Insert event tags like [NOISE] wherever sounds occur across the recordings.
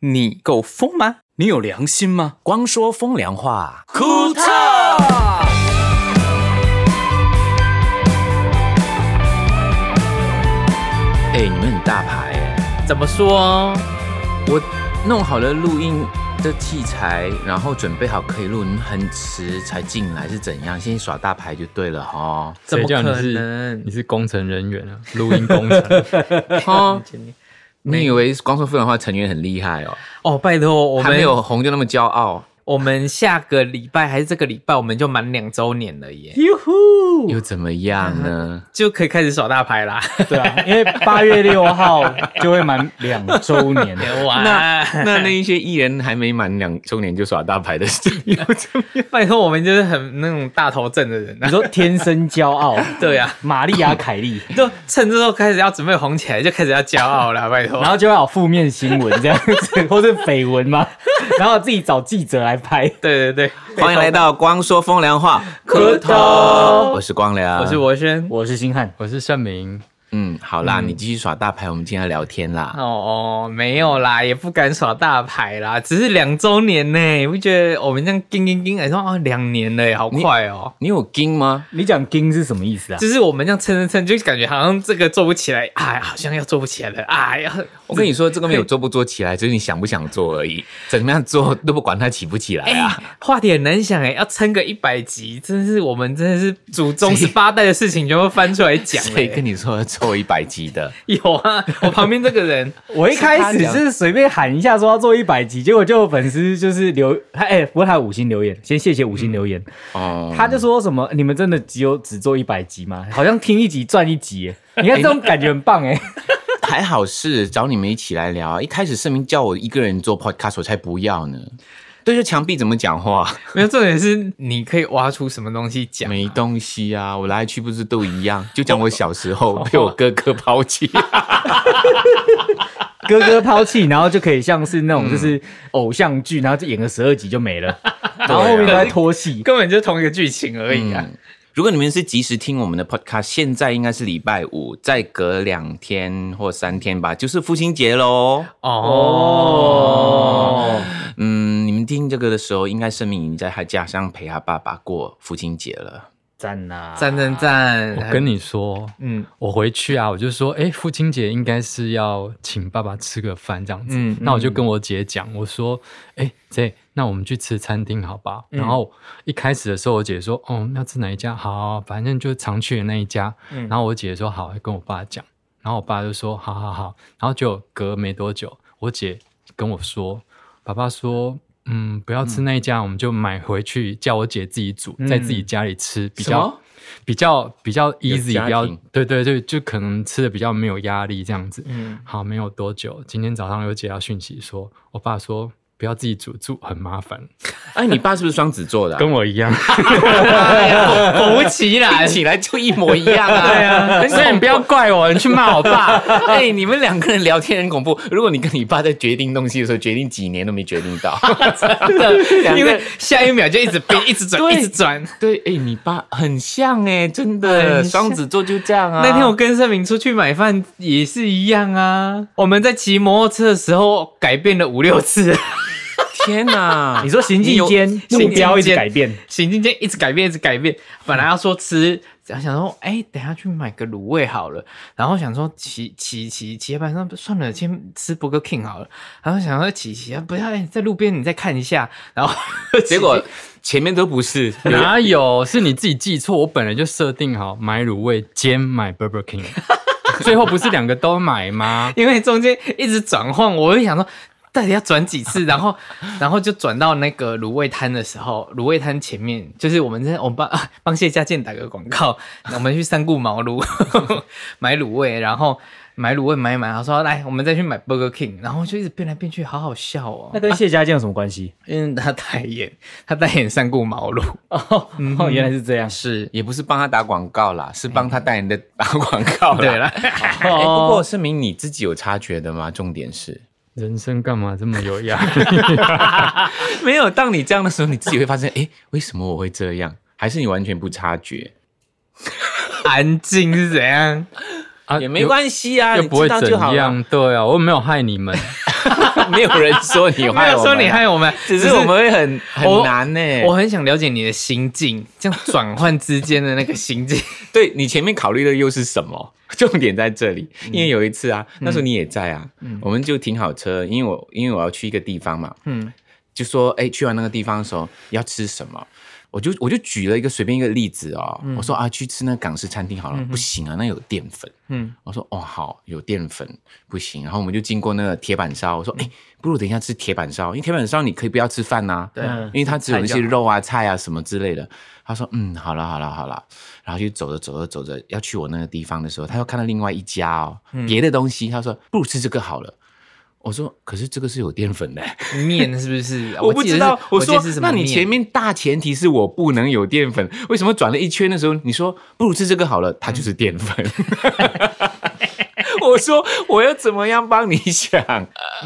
你够疯吗？你有良心吗？光说风凉话，库特。哎、你们很大牌哎！怎么说？我弄好了录音的器材，然后准备好可以录，你们很迟才进来是怎样？先耍大牌就对了 [LAUGHS] 哈。怎谁么叫你可是能你？是工程人员啊？ [LAUGHS] 录音工程，哈，没你以为光说风凉话成员很厉害哦？ [LAUGHS] 哦，拜托，我还没们有红就那么骄傲？我们下个礼拜还是这个礼拜，我们就满两周年了耶，哟呼！又怎么样呢？就可以开始耍大牌 [LAUGHS] 啦。对啊，因为八月六号就会满两周年。哇， [LAUGHS] 那那一些艺人还没满两周年就耍大牌的事，又怎么样？拜托，我们就是很那种大头阵的人你啊。说天生骄傲， [LAUGHS] 对啊，玛丽亚凯莉，就趁这时候开始要准备红起来，就开始要骄傲了，拜托然。后就要有负面新闻这样子， [LAUGHS] 或是绯闻嘛，然后自己找记者来拍。对对对，啊欢迎来到光说风凉话，磕头。我是光良，我是博轩。我是星汉，我是盛明，嗯，好啦，你继续耍大牌，我们今天来聊天啦。哦哦，没有啦，也不敢耍大牌啦，只是两周年呢，你不觉得我们这样叮叮叮，哎说哦两年了耶，好快哦。你有金吗？你讲“金”是什么意思啊？就是我们这样撑撑撑，就感觉好像这个做不起来，哎，好像要做不起来了，哎呀，我跟你说，这个没有做不做起来，只是你想不想做而已。怎么样做都不管它起不起来哎、啊。话题很难想哎，要撑个一百集，真是我们真的是祖宗十八代的事情全部翻出来讲了谁哎。跟你说要做一百集的？有啊，我旁边这个人，我一开始是随便喊一下说要做一百集，结果就有粉丝就是留他哎、不过他有五星留言，先谢谢五星留言。 [LAUGHS] 哦，他就说什么你们真的只有只做一百集吗？好像听一集赚一集耶，你看这种感觉很棒哎。还好是找你们一起来聊啊。一开始盛明叫我一个人做 podcast，我才不要呢。对着墙壁怎么讲话？没有重点是你可以挖出什么东西讲。没东西啊，我来去不是都一样？就讲我小时 [LAUGHS] 候被我哥哥抛弃。哥哥抛弃，然后就可以像是嗯那种就是偶像剧，然后就演个十二集就 [LAUGHS] 没了，然后后面都在拖戏。根本就同一个剧情而已啊！嗯如果你们是及时听我们的 podcast，现在应该是礼拜五，再隔两天或三天吧，就是父亲节喽。啊哦，嗯，你们听这个的时候，应该盛明已经在他家乡陪他爸爸过父亲节了。赞啊呐！赞赞赞！我跟你说，嗯我回去啊，我就说，哎、父亲节应该是要请爸爸吃个饭这样子。嗯那我就跟我姐讲，我说，哎、姐，那我们去吃餐厅好吧？嗯然后一开始的时候，我姐说，哦，要吃哪一家？好，反正就常去的那一家。嗯然后我姐说，好，跟我爸讲。然后我爸就说，好好好。然后就隔没多久，我姐跟我说，爸爸说。嗯，不要吃那一家，我们就买回去，叫我姐自己煮，在自己家里吃，比什较么比较比较有 easy，家比较庭对对对，就可能吃的比较没有压力这样子。嗯，好，没有多久，今天早上有接到讯息说，我爸说不要自己煮，煮很麻烦，哎，你爸是不是双子座的、啊？跟我一样。哎呀果 [LAUGHS] 不其然听，起来就一模一样啊！ [LAUGHS] 对啊，所以你不要怪我，你去骂我爸。 [LAUGHS] 哎、你们两个人聊天很恐怖。如果你跟你爸在决定东西的时候，决定几年都没决定 [LAUGHS] 到，两个因为下一秒就一直变， [LAUGHS] 一直转，对一直转。对，哎、你爸很像哎、真的，很像双子座就这样啊。那天我跟盛明出去买饭也是一样啊，我们在骑摩托车的时候改变了五六次，天 [LAUGHS] 哪，你说行进间有目标行进一直间改变，行进间一直改变，一直改变。本来要说吃，想想说，哎、等一下去买个卤味好了，然后想说骑骑骑骑一半，说算了，先吃 Burger King 好了。然后想说骑骑啊，不要、哎在路边你再看一下，然后 [LAUGHS] 结果前面都不是，哪有？是你自己记错，我本来就设定好买卤味兼买 Burger King，最后不是两个都买吗？因为中间一直转换，我就想说。到底要转几次？ [LAUGHS] 然后，然后就转到那个卤味摊的时候，卤味摊前面就是我们在我们帮、 [LAUGHS] 啊帮谢家健打个广告，我们去三顾茅庐 [LAUGHS] 买卤味，然后买卤味买一买，他说来我们再去买 Burger King，然后就一直变来变去，好好笑哦那。跟谢家健有什么关系？因为他代言，他代言三顾茅庐， [LAUGHS] 哦，嗯哦原来是这样。是也不 [LAUGHS] 是帮他打广告啦，是帮他代言的 [LAUGHS] 打广告啦。对啦。 [LAUGHS] 哎，不过盛明你自己有察觉的吗？重点是。人生干嘛这么有压力？ [LAUGHS] 没有，当你这样的时候，你自己会发 [LAUGHS] 现，哎，为什么我会这样？还是你完全不察觉？安静是怎样？啊也没关系啊，又你不会知道怎就好了。 [LAUGHS] 样，对啊，我又没有害你们，没有人说你没坏，有说你害，我们，啊只是我们会很很我难欸呢。我很想了解你的心境，这样转换之间的那个心境。 [LAUGHS] 对你前面考虑的又是什么？ [LAUGHS] 重点在这里，因为有一次啊，那时候你也在啊，我们就停好车，因为我因为我要去一个地方嘛，嗯，就说哎，去完那个地方的时候要吃什么。我就我就举了一个随便一个例子哦，我说啊，去吃那港式餐厅好了，不行啊，那有淀粉。嗯嗯，我说哦好，有淀粉不行。然后我们就经过那个铁板烧，我说哎、不如等一下吃铁板烧，因为铁板烧你可以不要吃饭呐、对啊因为它只有那些菜就肉啊、菜啊什么之类的。他说嗯，好了好了好了，然后就走着走着走着要去我那个地方的时候，他又看到另外一家哦、别的东西，他说不如吃这个好了。我说可是这个是有淀粉的、面是不是？ [LAUGHS] 我不记知得是道，我我记得说是什么那你面前面大前提是我不能有淀粉，为什么转了一圈的时候你说不如吃这个好了，它就是淀 [LAUGHS] 粉。我说我要怎么样帮你想？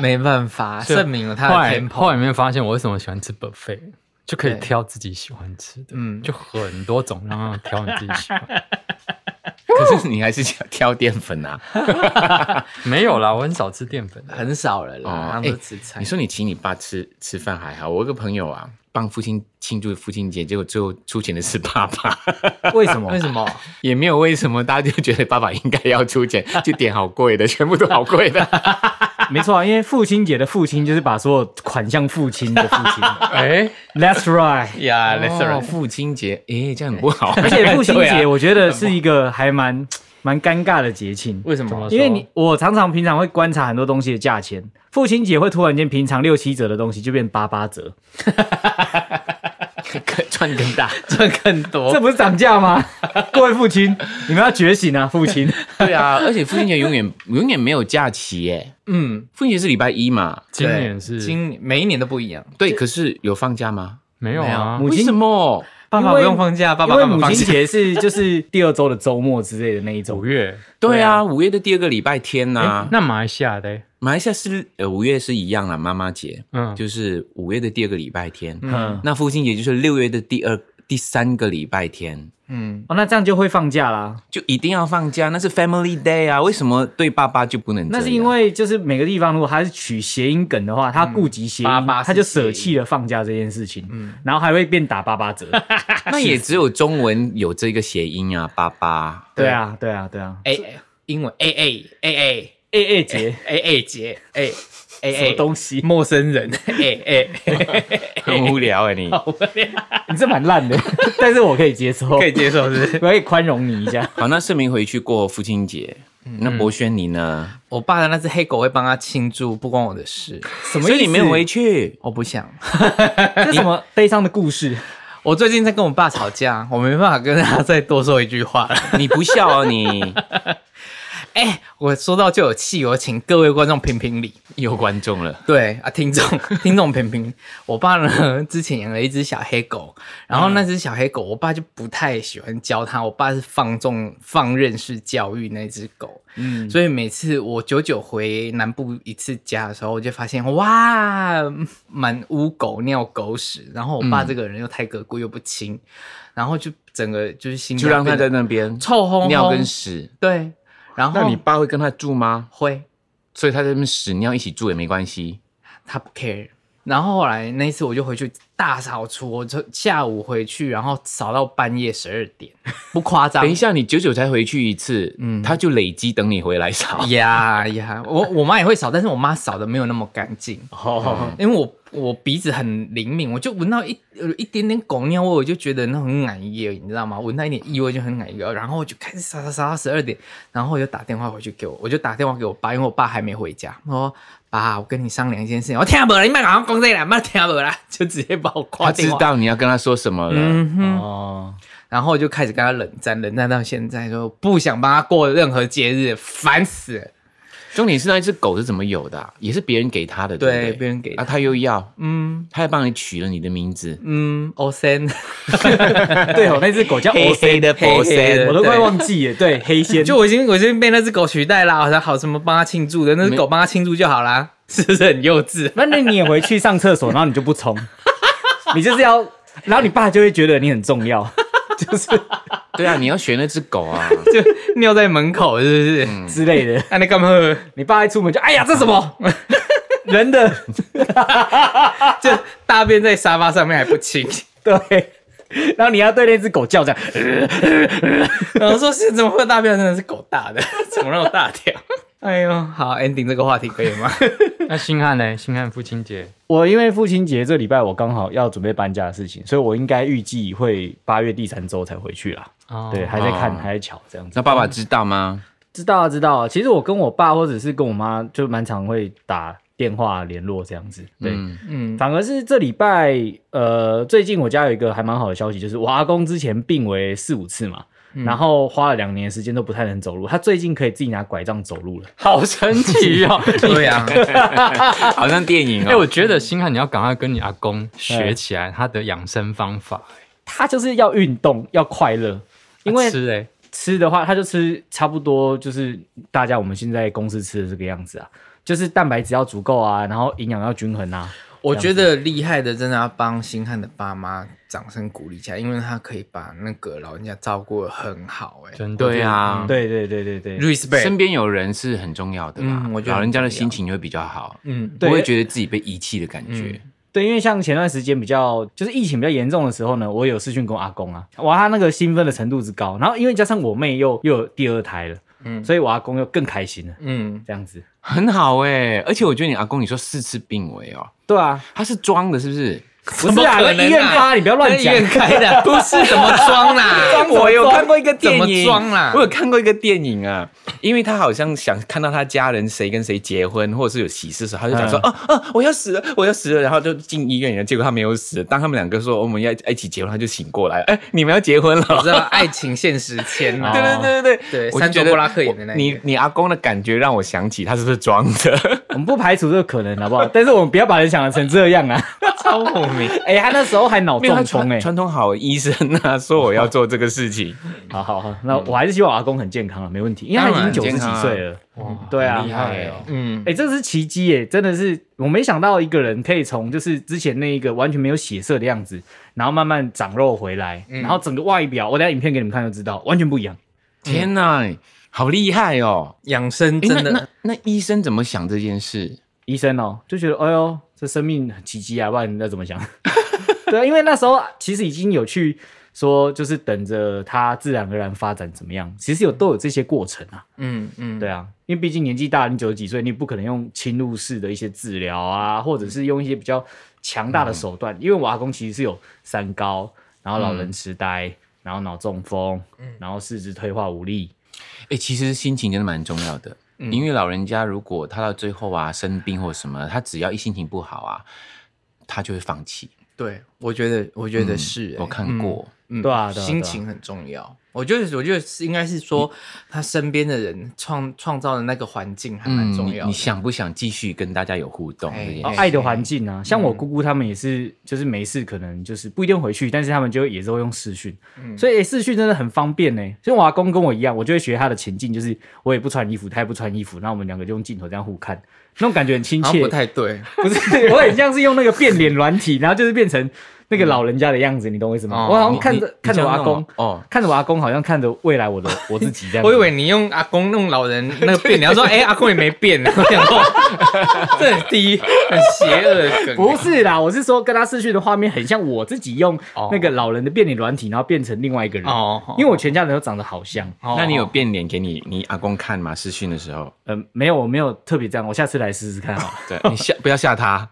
没办法是证明了他后的来 tempo。后来有没有发现我为什么喜欢吃 buffet，就可以对挑自己喜欢吃的，嗯嗯，就很多种，然后挑你自己喜欢。 [LAUGHS] 可是你还是想挑淀粉 [LAUGHS] 啊！没有啦，我很少吃淀粉啊的。很少了啦，他们哎都吃菜。你说你请你爸吃吃饭还好，我有个朋友啊，帮父亲庆祝父亲节，结果最后出钱的是爸爸，为什么？ [LAUGHS] 为什么？也没有为什么，大家就觉得爸爸应该要出钱，就点好贵的，全部都好贵 [LAUGHS] 的。没错啊，因为父亲节的父亲就是把所有款项父亲的父亲 [LAUGHS] [LAUGHS] 哎， ，That's right。呀，let's 哦，父亲节，诶，这样很不好。 [LAUGHS] 而且父亲 [LAUGHS] 对节啊我觉得是一个还蛮蛮尴尬的节庆，为什怎么么？说因为你我常常平常会观察很多东西的价钱，父亲节会突然间平常六七折的东西就变八八折，赚更大。赚更这多。不是涨价 [LAUGHS] 吗？各位父亲，你们要觉醒啊，父亲！对啊，而且父亲节永远永远没有假期耶，嗯，父亲节是礼拜一嘛？今对年是今每一年都不一样。对，可是有放假吗？没有啊没？有母亲为什么？[LAUGHS] 爸爸爸不用放假，爸爸因为妈妈母放亲假。哦节是就是第二周的周末之类的那一种五。月，对啊，五月的第二个礼拜天呐、啊哎那马来西亚的，马来西亚是呃五月是一样啦，妈妈节，嗯，就是五月的第二个礼拜天。嗯，那父亲节就是六月的第二、第三个礼拜天，嗯，哦，那这样就会放假啊啦。就一定要放假，那是 Family Day 啊。为什么对爸爸就不能这那样？是因为就是每个地方如果他是取谐音梗的话，他顾及谐音，嗯88是他就舍弃了放假这件事情，嗯然后还会变打八 [LAUGHS] 八折。那也只有中文有这个谐音啊，爸爸。对啊，对啊，对啊。哎，哎英文 A A A A A A 节 A A 节 A [LAUGHS] A 什 A 么东西？陌生人 A A 很无聊 [LAUGHS] 哎、你。哦你这蛮烂的， [LAUGHS] 但是我可以接受，可以接受是不是？我可以宽容你一下。好，那盛明回去过父亲节，那博轩你呢？我爸的那只黑狗会帮他庆祝，不关我的事，什么所以意思？你没有回去，我不想。 [LAUGHS] 这是什么悲伤的故事？我最近在跟我爸吵架，我没办法跟他再多说一句话了。你不笑啊你？ [LAUGHS] 哎、我说到就有气，我请各位观众评评理。 [LAUGHS] 有观众了，对啊，听众 [LAUGHS] 听众评评，我爸呢之前养了一只小黑狗，然后嗯那只小黑狗，我爸就不太喜欢教它，我爸是放纵放任式教育那只狗，嗯，所以每次我久久回南部一次家的时候，我就发现哇，满屋狗尿狗屎，然后我嗯爸这个人又太隔固又不亲，然后就整个就是心就让他变在得那边臭烘烘尿跟屎。对，然后那你爸会跟他住吗？会所以他在那边屎尿一起住也没关系。他不 care。然后后来那一次我就回去大扫除，我就下午回去，然后扫到半夜十二点，不夸张等一。下你久久才回去一次，嗯，他就累积等你回来 [LAUGHS] 扫。呀呀，我我妈也会扫，但是我妈扫的没有那么干净，嗯哦，因为我我鼻子很灵敏，我就闻到一有一点点狗尿味，我就觉得那很难噎，你知道吗？闻到一点异味就很难噎，然后我就开始扫扫扫到十二点，然后我就打电话回去给我，我就打电话给我爸，因为我爸还没回家，我说爸，我跟你商量一件事情，我听不了，你别讲讲这个，别听不啦，就直接把我挂他电知话。道你要跟他说什么了，嗯哼，哦，然后我就开始跟他冷战，冷战到现在，说不想帮他过任何节日，烦死了。重点是那一只狗是怎么有的啊？也是别人给他的，对对不对，别人给啊，他又要，嗯他还帮你取了你的名 [LAUGHS] 字，嗯，欧森，对哦，那只狗叫黑欧黑森，的波黑黑森的我都快忘记了。 [LAUGHS] 对，黑仙 [LAUGHS] 就我已经我已经被那只狗取代啦，好像好什么帮他庆祝的，那只狗帮他庆祝就好啦， [LAUGHS] 是不是很幼稚？ [LAUGHS] 那那你也回去上厕所，然后你就不 [LAUGHS] 冲，你就是要，然后你爸就会觉得你很重 [LAUGHS] 要，就是对啊，你要学那只狗啊。就尿在门口是不是？嗯啊之类的。那你干嘛？你爸一出门就哎呀，这什么？人的 [LAUGHS] 就大便在沙发上面还不清， [LAUGHS] 对，然后你要对那只狗叫这样，然后说是怎么会有大便？真的是狗大的， [LAUGHS] 怎么让我大条？哎呦，好，ending 这个话题可以吗？那星汉嘞？星汉父亲节，我因为父亲节这礼拜我刚好要准备搬家的事情，所以我应该预计会八月第三周才回去啦。哦对，还在看，哦还在瞧这样子。那爸爸知道吗？知道啊，知道啊。其实我跟我爸或者是跟我妈就蛮常会打电话联络这样子。对，嗯嗯，反而是这礼拜，呃，最近我家有一个还蛮好的消息，就是我阿公之前病危四五次嘛，然后花了两年时间都不太能走路，他最近可以自己拿拐杖走路了。好神 [LAUGHS] 奇哦！对啊呀、好像电影 [LAUGHS] 哎、哦。我觉得星汉你要赶快跟你阿公学起来他的养生方法，他就是要运动，要快乐，因为啊吃哎、吃的话，他就吃差不多就是大家我们现在公司吃的这个样子啊，就是蛋白质要足够啊，然后营养要均衡啊。我觉得厉害的真的要帮星汉的爸妈掌声鼓励一下，因为他可以把那个老人家照顾的很好、哎真的嗯对啊，对对对对对，身，respect，边有人是很重要的啦嗯我觉。得老人家的很重要心情会比较好，嗯，不对会觉得自己被遗弃的感觉。对，因为像前段时间比较就是疫情比较严重的时候呢，我有视讯跟我阿公啊，哇，他那个兴奋的程度之高，然后因为加上我妹又又有第二胎了，嗯所以我阿公又更开心了，嗯，这样子。很好哎、而且我觉得你阿公，你说四次病危哦，对啊，他是装的，是不是？不是啊，怎么可能啊那医院发，你不要乱那医讲。院开的，不是怎么装 [LAUGHS] 啦？我有看过一个电怎么影，装啦我有看过一个电影啊，因为他好像想看到他家人谁跟谁结婚，或者是有喜事的时候，他就想说：“哦、哦、我要死了，我要死了。”然后就进医院，结果他没有死。当他们两个说我们要一起结婚，他就醒过来，哎，你们要结婚我了。知道爱情现实签啊啦，对对对对哦对我就山觉卓得布拉克演的那一你个你阿公的感觉让我想起他是不是装的？ [LAUGHS] 我们不排除这个可能，好不好？但是我们不要把人想的成这样啊！超莫名。哎、他那时候还脑没有，他中风哎、传传统好医生啊，说我要做这个事 [LAUGHS] 情，嗯好好好，那我还是希望我阿公很健康啊，没问题，因为他已经九当然很健十几康啊岁了。哇对啊很厉害哦。嗯哎、这是奇迹耶！真的是我没想到一个人可以从就是之前那一个完全没有血色的样子，然后慢慢长肉回来，然后整个外表，我等一下影片给你们看就知道，完全不一样。天哪，好厉害哦！养生诶真那那的，那医生怎么想这件事？医生哦就觉得，哎呦，这生命很奇迹啊，不然要怎么想？ [LAUGHS] 对啊，因为那时候其实已经有去说，就是等着它自然而然发展怎么样，其实有都有这些过程啊。嗯嗯，对啊，因为毕竟年纪大，你九十几岁，你不可能用侵入式的一些治疗啊，或者是用一些比较强大嗯的手段。因为我阿公其实是有三高，然后老嗯人痴呆，然后脑中风，然后四肢退化无力。哎、其实心情真的蛮重要的，嗯因为老人家如果他到最后啊生病或什么，他只要一心情不好啊，他就会放弃。对，我觉得我觉得是，嗯我哎看过，嗯对啊对啊心情很重要。我觉得，我觉得是应该是说，嗯他身边的人创创造的那个环境还蛮重嗯你要的。你想不想继续跟大家有互动哎这件哦事？，爱的环境嗯啊，像我姑姑他们也是，就是没事可能就是不一定回去，但是他们就也是会用视讯，嗯所以、欸视讯真的很方便呢、所以我阿公跟我一样，我就会学他的情境，就是我也不穿衣服，他也不穿衣服，然后我们两个就用镜头这样互看，那种感觉很亲好像切不。太对，不是， [LAUGHS] 我很像是用那个变脸软体，然后就是变成那个老人家的样子，你懂我意思吗？哦我好你像看你着看着你我这阿样公弄，哦，看着我阿公，好像看着未来我的我自己这样 [LAUGHS] 子。我以为你用阿公弄老人那个变，你要说哎、阿公也没变啊，我 [LAUGHS] 想说这很低很邪恶的梗。不是啦，我是说跟他视讯的画面很像我自己用哦那个老人的变脸软体，然后变成另外一个人。哦，因为我全家人都长得好像，哦那你有变脸给你你阿公看吗？视讯的时候，呃，没有，我没有特别这样，我下次来试试看好了，对你吓不要吓他。啊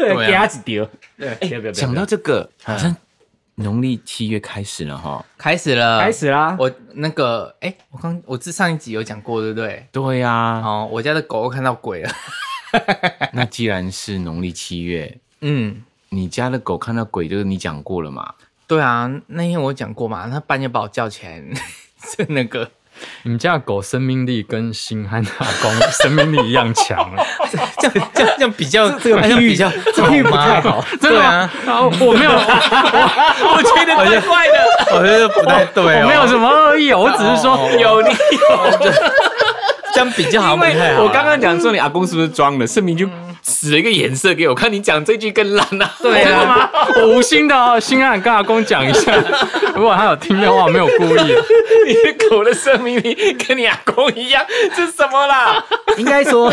[LAUGHS] 给他几丢。对不要不要不要讲到这个，好像农历七月开始了哈。开始啊了，开。始啦，我那个哎、我刚我自上一集有讲过，对不对？对啊呀、哦，我家的狗看到鬼 [LAUGHS] 了。那既然是农历七月，嗯，你家的狗看到鬼，就是你讲过了嘛？对啊，那天我讲过嘛，他半夜把我叫起来， [LAUGHS] 是那个你们家的狗生命力跟星汉阿公 [LAUGHS] 生命力一样强 [LAUGHS] 啊！这样这样 [LAUGHS] 这样比较这个好像比喻比较这个比喻不太好吗，对啊，哦我 [LAUGHS] 没有，我我觉得太怪了，我觉得不太对我哦，没有什么恶意哦，我只是说有你 [LAUGHS] 这样比较好，因为不太好啊啊我刚刚讲说你阿公是不是装的，盛明就使了一个眼色给我，看你讲这句更烂啊！[LAUGHS] 对真的啊，吗？我无心的哦，心安跟阿公讲一下，如果他有听的话，我没有故意。你的狗的声明里跟你阿公一样，这是什么啦？ [LAUGHS] 应该说，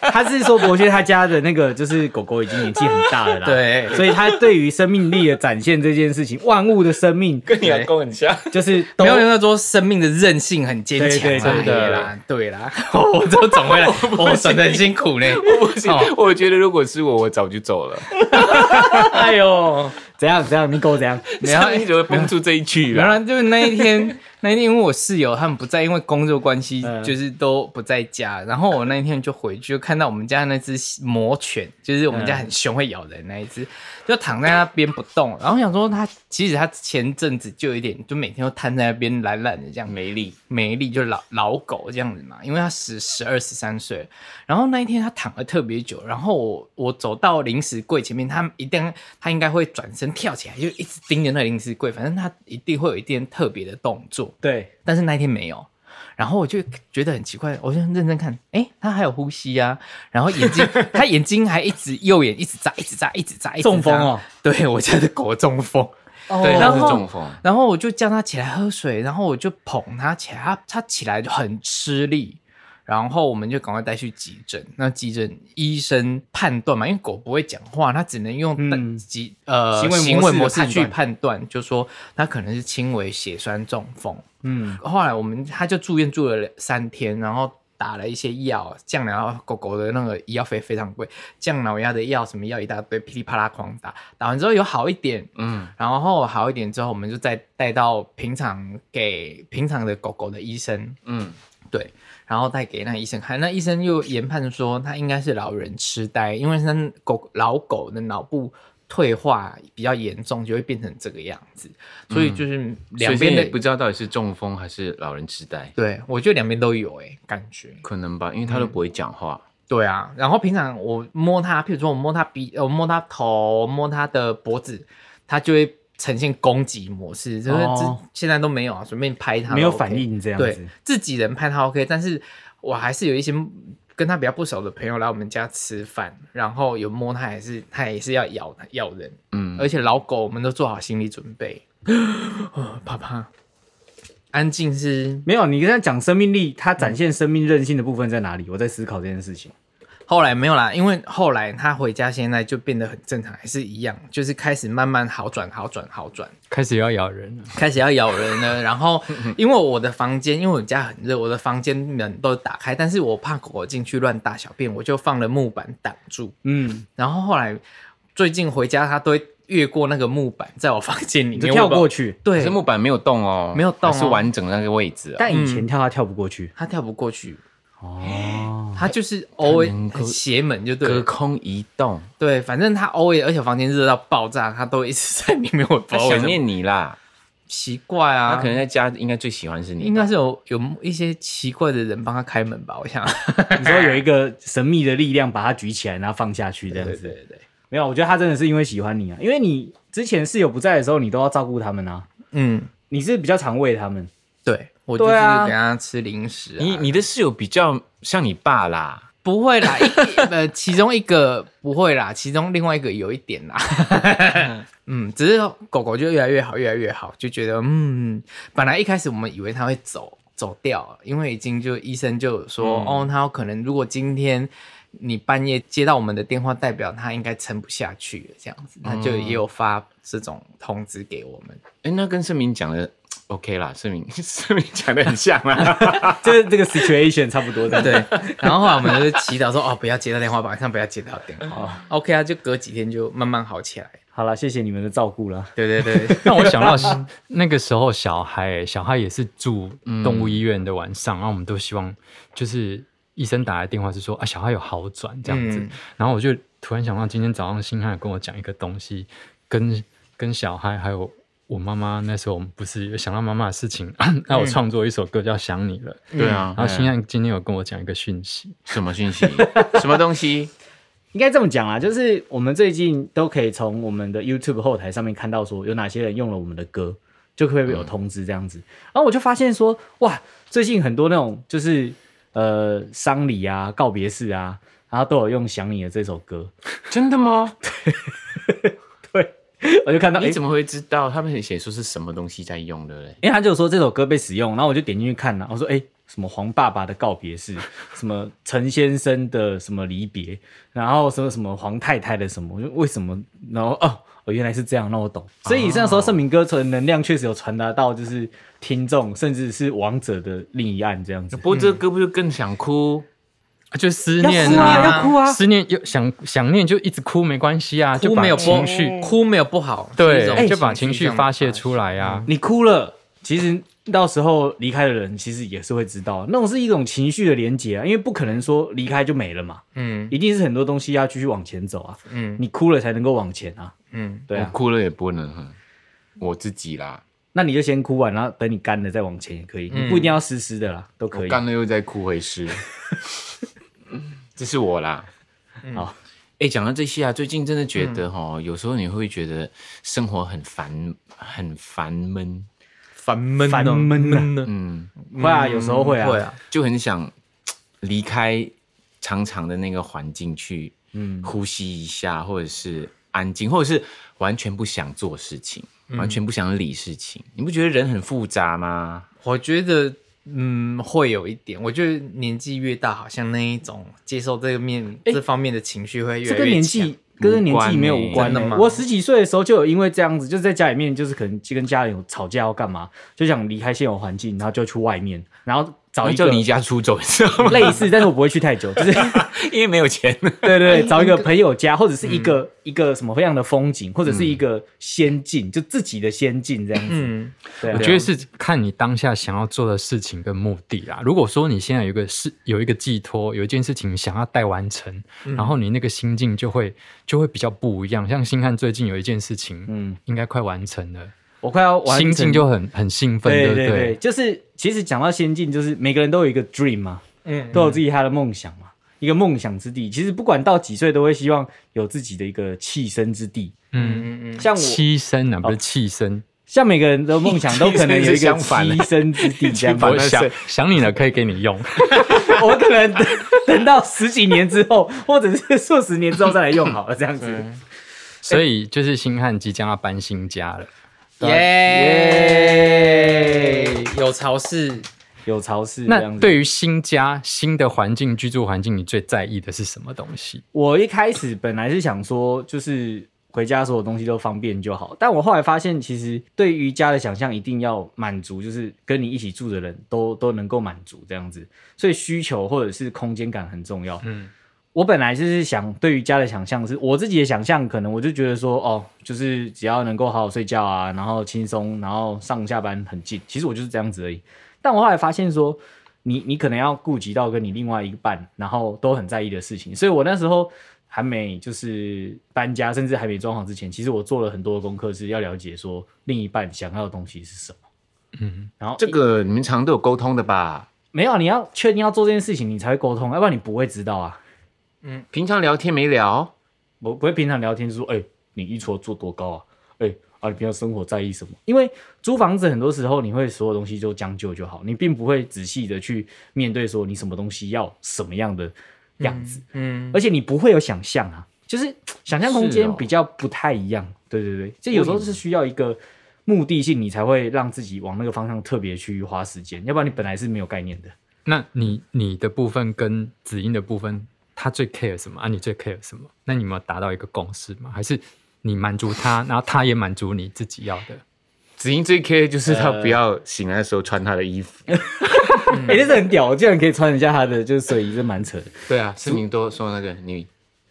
他是说博学他家的那个就是狗狗已经年纪很大了 [LAUGHS] 啦，，对，所以他对于生命力的展现这件事情，万物的生命跟你阿公很像。就是都没有人说生命的韧性很坚强啊，对对真的哎啦，对啦， [LAUGHS] 我就转回来， [LAUGHS] 我转的很辛苦呢。 [LAUGHS] [LAUGHS] 不行，我觉得如果是我，我早就走了。哎呦，怎样怎样，你狗怎样？没有像 [LAUGHS] 你怎么蹦出这一句原啦？来就是那一天， [LAUGHS] 那一天因为我室友他们不在，因为工作关系嗯就是都不在家。然后我那一天就回去，就看到我们家那只魔犬，就是我们家很凶会咬人那一只，就躺在那边不动。然后我想说它，其实它前阵子就有一点，就每天都瘫在那边懒懒的这样，没力，美丽，就老老狗这样子嘛，因为它十十二十三岁，然后那一天它躺了特别久，然后我我走到零食柜前面，它一定它应该会转身跳起来，就一直盯着那零食柜，反正它一定会有一点特别的动作，对，但是那一天没有。然后我就觉得很奇怪，我就认真看，诶，它还有呼吸啊，然后 [LAUGHS] 眼睛，它眼睛还一直右眼一直眨，一直眨，一直眨，一直眨中风哦，对我家的狗中风，对，哦然他是后中风。然后我就叫他起来喝水，然后我就捧他起来，他他起来就很吃力，然后我们就赶快带去急诊。那急诊医生判断嘛，因为狗不会讲话，它只能用嗯急、呃行为模式行为模的式判去断判断，就说它可能是轻微血栓中风。嗯，后来我们他就住院住了两三天，然后打了一些药，降脑药狗狗的那个医药费非常贵，降脑药的药什么药一大堆，噼里啪啦狂打，打完之后有好一点，嗯，然后好一点之后，我们就再带到平常给平常的狗狗的医生，嗯，对，然后带给那医生看，那医生又研判说他应该是老人痴呆，因为那狗老狗的脑部。退化比较严重，就会变成这个样子，所以就是两边的、嗯也不知道到底是中风还是老人痴呆，对，我觉得两边都有哎、感觉。可能吧，因为他都嗯不会讲话。对啊，然后平常我摸它，譬如说我摸它鼻，呃我摸它头，摸它的脖子，它就会呈现攻击模式，就是哦这现在都没有啊，随便拍它都没有 OK 反。应这样对子，，自己人拍它 OK，但是我还是有一些跟它比较不熟的朋友来我们家吃饭，然后有摸它，也是它也是要咬咬人，嗯，而且老狗我们都做好心理准备。 [GASPS] 呃怕怕，安静是没有。你刚才讲生命力，它展现生命韧性的部分在哪里？我在思考这件事情。后来没有啦，因为后来他回家，现在就变得很正常，还是一样，就是开始慢慢好转，好转，好转，开始要咬人了，开始要咬人了。 [LAUGHS] 然后因为我的房间，因为我家很热，我的房间门都打开，但是我怕狗狗进去乱大小便，我就放了木板挡住。嗯，然后后来最近回家，它都会越过那个木板，在我房间里 [LAUGHS] 你面就跳过去，去，可对是，木板没有动哦，没有动哦它是完整的那个位置哦。但以前跳它跳不 [LAUGHS] 过去。它跳不过去，哦，它就是偶尔它能够很邪门就对隔了。空移动，对，反正它偶尔，而且房间热到爆炸，它都一直在里面，我不它知道为什想么念你啦。奇怪啊，嗯它可能在家应该最喜欢是你吧，应该是有有一些奇怪的人帮他开门吧，我想。你说有一个神秘的力量把它举起来，然后放下去这样 [LAUGHS] 子。对对，没有，我觉得它真的是因为喜欢你啊，因为你之前室友不在的时候，你都要照顾他们啊，嗯，你是比较常喂他们。对我就是对啊给他吃零食、啊你你的室友比较像你爸啦，不会啦，一呃，其中一个不会啦，其中另外一个有一点啦。 [LAUGHS] 嗯，只是狗狗就越来越好，越来越好，就觉得嗯，本来一开始我们以为它会走走掉，因为已经就医生就有说、哦，它有可能如果今天你半夜接到我们的电话，代表它应该撑不下去了，这样子，他就也有发这种通知给我们。哎，那跟盛明讲的 OK 啦，盛明 [LAUGHS] 盛明讲的很像啊 [LAUGHS] 啦，这这个 situation 差不多的，对， [LAUGHS] 然后后来我们就祈祷说，哦，不要接到电话，晚上不要接到电 [LAUGHS] 话。OK 啊，就隔几天就慢慢好起来。好了，谢谢你们的照顾啦。对对对，让我想到 [LAUGHS] 那个时候小孩，小孩也是住动物医院的晚上，然后我们都希望就是医生打来电话是说啊小孩有好转这样子，嗯然后我就突然想到今天早上星汉有跟我讲一个东西，跟跟小孩还有。我妈妈那时候我们不是有想到妈妈的事情， [COUGHS] 那我嗯创作一首歌叫《想你了》，对啊嗯然后星哎汉今天有跟我讲一个讯息，什么讯息， [LAUGHS] 什么东西，应该这么讲啦，就是我们最近都可以从我们的 YouTube 后台上面看到说有哪些人用了我们的歌，就会有通知这样子。然后我就发现说，哇，最近很多那种就是呃丧礼啊、告别式啊，然后都有用《想你的》这首歌，真的 [LAUGHS] 吗？我就看哎到，你诶怎么会知道？他们写说是什么东西在用的嘞？因为他就说这首歌被使用，然后我就点进去看了、我说哎、诶什么黄爸爸的告别式，什么陈先生的什么离别，然后什么什么黄太太的什么，我就为什么？然后哦，我原来是这样，那我懂。所以那时候盛明哥的能量确实有传达到，就是听众甚至是王者的另一岸这样子不。嗯过这个歌不就更想哭？啊就思念要哭啊要哭啊思念又想想念就一直哭没关系啊，就哭把没有不情绪，哭没有不好，是一种对，哎就把情情绪上的发泄出来啊。你哭了，其实到时候离开的人其实也是会知道，那种是一种情绪的连结啊，因为不可能说离开就没了嘛，嗯一定是很多东西要继续往前走啊。嗯你哭了才能够往前啊，嗯，对我啊，哭了也不能哼，我自己啦，那你就先哭完，然后等你干了再往前也可以，你不一定要湿湿的啦，都可我以。干了又再哭回 [LAUGHS] 诗，这是我啦。好，哎、讲到这些啊，最近真的觉嗯得哈、有时候你会觉得生活很烦，很烦闷，烦闷烦哦闷啊呢，嗯，会啊，有时候会啊，会啊，就很想离开长长的那个环境去，嗯，呼吸一下，或者是安静，或者是完全不想做事情，嗯完全不想理事情。你不觉得人很复杂吗？我觉得，嗯，会有一点。我觉得年纪越大，好像那一种接受这个面、这方面的情绪会越这来跟越年强。纪跟这年纪没有无关真的欸吗我十几岁的时候就有因为这样子，就是在家里面，就是可能就跟家人有吵架要干嘛，就想离开现有环境，然后就去外面，然后找那一叫个离家出走，你知道吗？类似，但是我不会去太久，就是 [LAUGHS] 因为没有钱。对对对，找一个朋友家，或者是一个、一个什么样的风景，或者是一个仙境，就自己的仙境这样子。嗯，对啊，我觉得是看你当下想要做的事情跟目的啦。如果说你现在有一个事，有一个寄托，有一件事情想要待完成，然后你那个心境就会就会比较不一样。像星汉最近有一件事情，嗯嗯，应该快完成了，我快要完心成境就很很兴奋，对不对对，就是其实讲到仙境，就是每个人都有一个 dream 嘛，嗯都有自己他的梦想嘛，一个梦想之地。其实不管到几岁，都会希望有自己的一个栖身之地。嗯，像我，栖身啊，不是气声。像每个人的梦想都可能有一个栖身之地这样 [LAUGHS] 子。我我想想你了，可以给你用。我可能等等到十几年之后，或者是数十年之后再来用好了，这样子。所以就是星汉即将要搬新家了，耶，有潮湿，有潮湿这样那子。对于新家、新的环境、居住环境，你最在意的是什么东西？我一开始本来是想说，就是回家所有东西都方便就好，但我后来发现，其实对于家的想象一定要满足，就是跟你一起住的人都都能够满足这样子，所以需求或者是空间感很重要。嗯。我本来就是想对于家的想象是，我自己的想象，可能我就觉得说，哦，就是只要能够好好睡觉啊，然后轻松，然后上下班很近，其实我就是这样子而已。但我后来发现说，你你可能要顾及到跟你另外一半，然后都很在意的事情。所以我那时候还没就是搬家，甚至还没装潢之前，其实我做了很多的功课，是要了解说另一半想要的东西是什么。嗯，然后这个你们常都有沟通的吧？没有，你要确定要做这件事情，你才会沟通，要不然你不会知道啊。平常聊天没聊，不不会平常聊天就说，哎、你衣橱做多高啊？哎、啊，你平常生活在意什么？因为租房子很多时候你会所有东西就将就就好，你并不会仔细的去面对说你什么东西要什么样的样子。嗯，而且你不会有想象啊，就是想象空是间哦比较不太一样。对对对，这有时候是需要一个目的性，你才会让自己往那个方向特别去花时间，要不然你本来是没有概念的。那你你的部分跟子英的部分，他最 care 什么啊？你最 care 什么？那你们有达到一个共识吗？还是你满足他，然后他也满足你自己要的？ [LAUGHS] 子英最 care 就是他不要醒来的时候穿他的衣服。 [LAUGHS] 哎、这是很屌，我竟然可以穿人家他的就是睡衣，这蛮扯的。对啊，是明多说那个你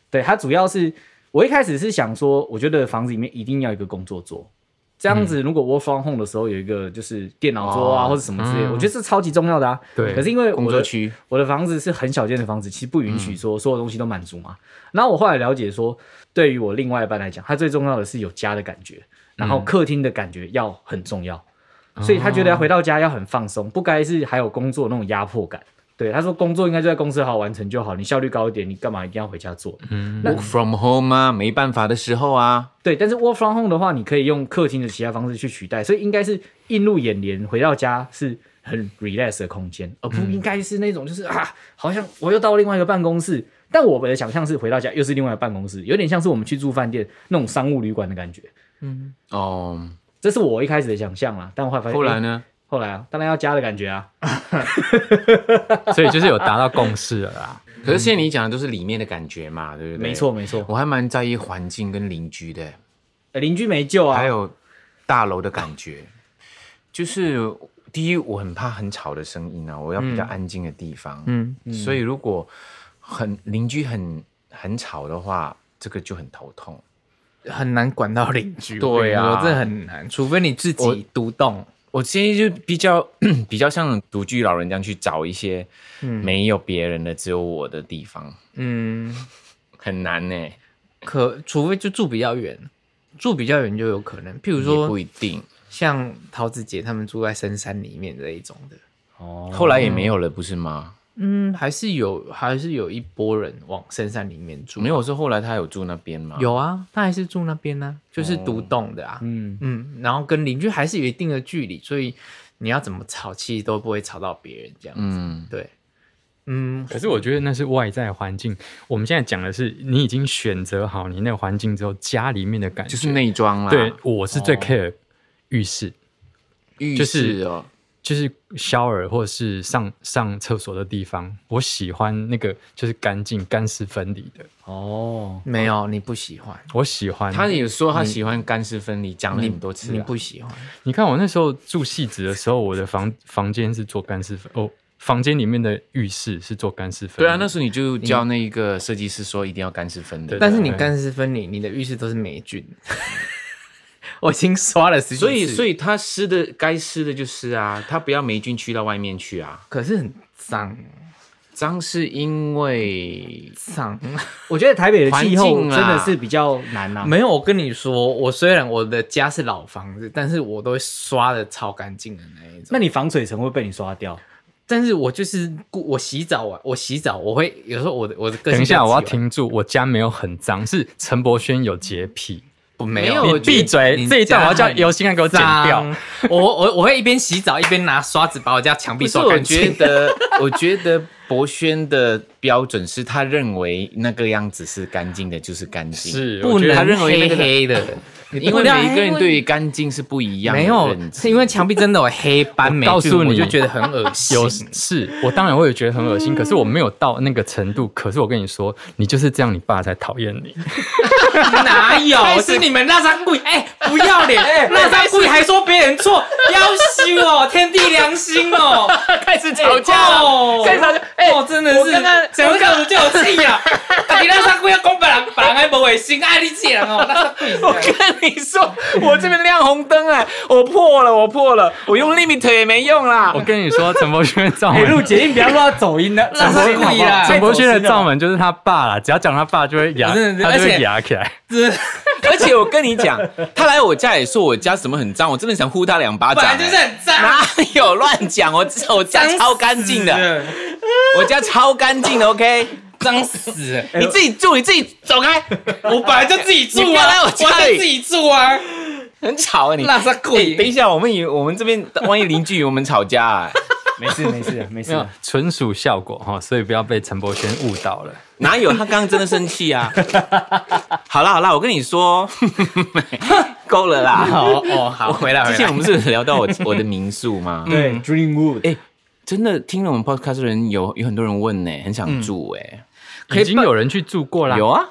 对，它主要是我一开始是想说，我觉得房子里面一定要有一个工作桌，这样子如果 work from home 的时候有一个就是电脑桌啊、嗯哦或者什么之类的，我觉得是超级重要的啊。对可是因为工我作的区我的房子是很小间的房子，其实不允许说所有东西都满足嘛。然后我后来了解说，对于我另外一半来讲，他最重要的是有家的感觉，然后客厅的感觉要很重要，所以他觉得回到家要很放松，不该是还有工作那种压迫感。对，他说工作应该就在公司好好完成就好，你效率高一点，你干嘛一定要回家做？ work from home 啊，没办法的时候啊，对，但是 work from home 的话，你可以用客厅的其他方式去取代，所以应该是映入眼帘，回到家是很 relax 的空间，而不应该是那种就是、啊，好像我又到另外一个办公室。但我们的想象是回到家又是另外一个办公室，有点像是我们去住饭店那种商务旅馆的感觉。哦，这是我一开始的想象啦，但我后来发现，后来诶呢？后来啊，当然要家的感觉啊。所以就是有达到共识了啊啦。可是现在你讲的都是里面的感觉嘛，对不对？没错，，没错，哦我还蛮在意环境跟邻居的，呃邻居没救啊。还有大楼的感觉。就是第一，我很怕很吵的声音啊，我要比较安静的地方。嗯，所以如果很邻居很很吵的话，这个就很头痛。很难管到邻居。对啊我跟你说这很难，除非你自我己独栋。我建议就比较 [CLEARS THROAT] 比较像独居老人这样去找一些没有别人的、只有我的地方，嗯，很难呢、欸可除非就住比较远，住比较远就有可能。譬如也不说一定，像桃子姐他们住在深山里面这一种的，哦，后来也没有了，不是吗？嗯，还是有还是有一波人往深山里面住。没有，是后来他有住那边吗？，嗯有啊，他还是住那边呢、就是独栋的哦啊。嗯，嗯，然后跟邻居还是有一定的距离，所以你要怎么吵，其实都不会吵到别人这样子。嗯，对，嗯，可是我觉得那是外在环境，我们现在讲的是你已经选择好你那个环境之后，家里面的感觉。就是内啊装啦，对，我是最 care 浴室，浴就是室哦，就是肖尔或者是上上厕所的地方，我喜欢那个就是干净、干湿分离的，哦，没有，你不喜欢，我喜欢。他也说他喜欢干湿分离，讲了很多次你了。不喜欢。你看我那时候住戏子的时候，我的房房间是做干湿分哦，房间里面的浴室是做干湿分离。对啊，那时候你就叫那个设计师说一定要干湿分离，嗯对但是你干湿分离，你的浴室都是霉菌。 [LAUGHS] 我已经刷了十几次，所以所以以他湿的该湿的就湿啊，他不要霉菌去到外面去啊。可是很脏 [LAUGHS] 脏是因为脏。我觉得台北的气候环境啊真啦的是比较难呐、啊。没有，我跟你说，我虽然我的家是老房子，但是我都会刷的超干净的那一种。那你防水层会被你刷掉。但是我就是顾我洗澡啊，我洗澡我会有时候我的我的个性等一比较下，我要急吧，停住，我家没有很脏，是陈柏轩有洁癖。我没没有有，我觉你得闭嘴！你这一段我要叫家很尤心安给我剪掉。脏。我我我会一边洗澡一边拿刷子把我家墙不壁是，刷我干觉净。得， [LAUGHS] 我觉得博轩的标准是他认为那个样子是干净的，就是干净。，不他能认为那黑个黑的，因为每一个人对于干净是不一样的没有认，知是因为墙壁真的有黑斑霉我告菌，诉你我就觉得很恶 [LAUGHS] 心。有是我当然会觉得很恶心，可是我没有到那个程度。可是我跟你说，你就是这样，你爸才讨 [LAUGHS] 厌你。哪有？是你们那张柜，哎、不要脸！哎那张柜还说别人错，要羞哦，天地良心哦！ [LAUGHS] 开始吵架了开始吵架。哎、哦，真的是，讲到我就有气啊！ [LAUGHS] 啊你那张柜要讲别人，别人还不会心，爱你这人哦，那张柜。我跟你说，我这边亮红灯哎、我破了，我破了，我用 limit 也没用 [LAUGHS] 啦我。跟你说，陈柏轩的罩哎、录门，捷运不要录到走音 [LAUGHS] 的，那是故意啦陈柏轩的罩门。门就是他爸啦，只要讲他爸就会牙，我真的他就而会且牙起来。而且我跟你讲，他来我家也说我家什么很脏，我真的想呼他两巴掌、本哎来就是很脏，哪有乱讲？我 [LAUGHS] 我家超干净的，，我家超干净的，OK。脏死了！ [LAUGHS] 你自己住，你自己走开，我本来就自己住啊，你不要来我我家里就自己住啊，很吵啊你。那张哎等柜。一下，我们以我们这边万一邻居以为我们吵架、啊，没事没事没没事有，纯属效果哈，所以不要被陈柏轩误导了。哪有？他刚刚真的生气啊！ [LAUGHS] 好啦好啦，我跟你说， [LAUGHS] 够了啦。好哦，好，回来嗯之回前我来。们是聊到我我的民宿吗？对，Dreamwood，哎真的听了我们 podcast 的人有有很多人问呢、很想住哎、已经有人去住过嗯啦，有啊，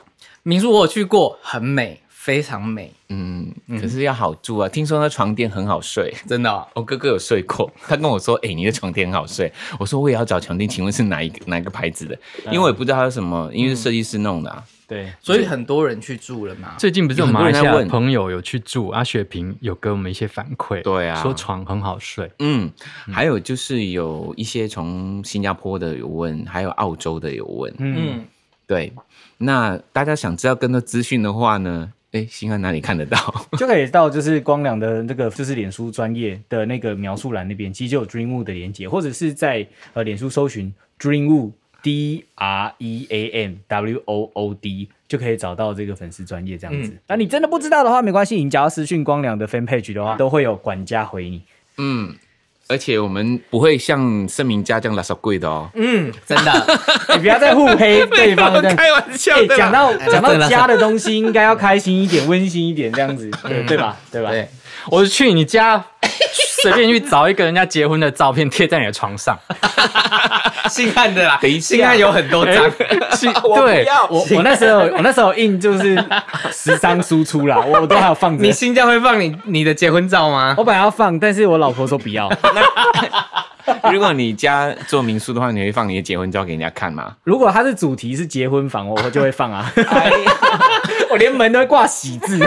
民宿我有去过，很美，非常美，嗯，可是要好住啊。听说那床垫很好睡，真的哦、我哥哥有睡过，他跟我说：“哎、你的床垫很好睡。”我说：“我也要找床垫，请问是哪一个哪一个牌子的？因嗯为我也不知道它是什么，因为是设计师弄的、啊。对，所以很多人去住了嘛。最近不是有有很多马人在来西亚的问朋友有去住，阿雪萍有给我们一些反馈，对啊说床很好睡。嗯，还有就是有一些从新加坡的有问，还有澳洲的有问。嗯，嗯，对，那大家想知道更多资讯的话呢？哎、新安哪里看得到？ [LAUGHS] 就可以到就是光良的那个就是脸书专业的那个描述栏那边，其实就有 Dreamwood 的连接，或者是在呃脸书搜寻 Dreamwood D R E A M W O O D。就可以找到这个粉丝专业这样子。嗯那、你真的不知道的话，没关系，你只要私讯光良的 fan page 的话，都会有管家回你。嗯，而且我们不会像盛明家这样拉手贵的哦。嗯，真的，你哎 [LAUGHS] 不要再互黑对方这样。开玩笑哎，的讲啦。到真讲的到啦家的东西，应该要开心一点、温馨一点，这样 [LAUGHS] 子，对对吧？嗯对吧？对， [LAUGHS] 我去你家随便去找一个人家结婚的照片贴在你的床上，性暗的啦，等一下性暗有很 [LAUGHS] 多张，哎是我不对，要，我我那时候我那时候印就是十张输出 [LAUGHS] 啦，我我都还有放着你。新疆会放你你的结婚照 [LAUGHS] 吗？我本来要放，但是我老婆说不 [LAUGHS] 要。如果你家做民宿的话，你会放你的结婚照给人家看吗？如果它是主题是结婚房，我我就会放 [LAUGHS] 啊。我连门都会挂喜 [LAUGHS] 字，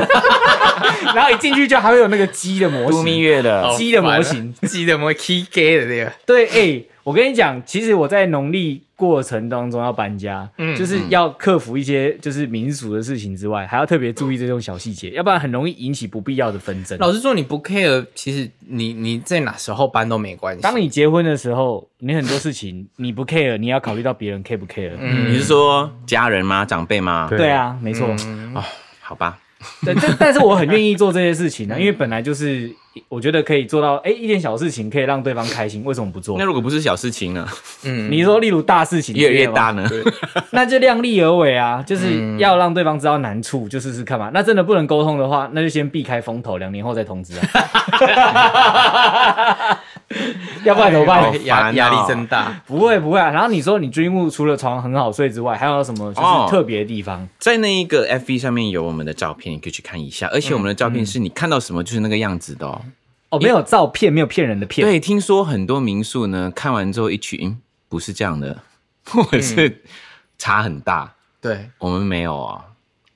然后一进去就还会有那个鸡的模度蜜 [LAUGHS] 型。月的，哦鸡的模型，烦了鸡的模 key gay 的那个，对，哎、我跟你讲，其实我在农历过程当中要搬家，嗯就是要克服一些就是民俗的事情之外，还要特别注意这种小细节，要不然很容易引起不必要的纷争。老实说，你不 care，其实你你在哪时候搬都没关系。当你结婚的时候，你很多事情你不 care，你也要考虑到别人 care 不 care。嗯你是说家人吗？长辈吗？对对啊，没错。嗯哦，好吧，对，但但是我很愿意做这些事情呢、啊嗯因为本来就是我觉得可以做到，哎、一点小事情可以让对方开心，为什么不做那？如果不是小事情呢？嗯，你说，例如大事情越来越之类的吗大，呢？ [LAUGHS] 那就量力而为啊，嗯就是要让对方知道难处，就试试看嘛。那真的不能沟通的话，那就先避开风头，两年后再通知 [LAUGHS] 啊。要不然怎么哎办呦？好压烦哦压力真大。不会不会啊。然后你说你军务除了床很好睡之外，还有什么就哦是特别的地方？在那一个 FB 上面有我们的照片，你可以去看一下。而且我们的照片是你看到什么就是那个样子的哦。哦，没有照片，没有骗人的骗。对，听说很多民宿呢，看完之后一去，嗯，不是这样的，或者是差很大。对，我们没有啊，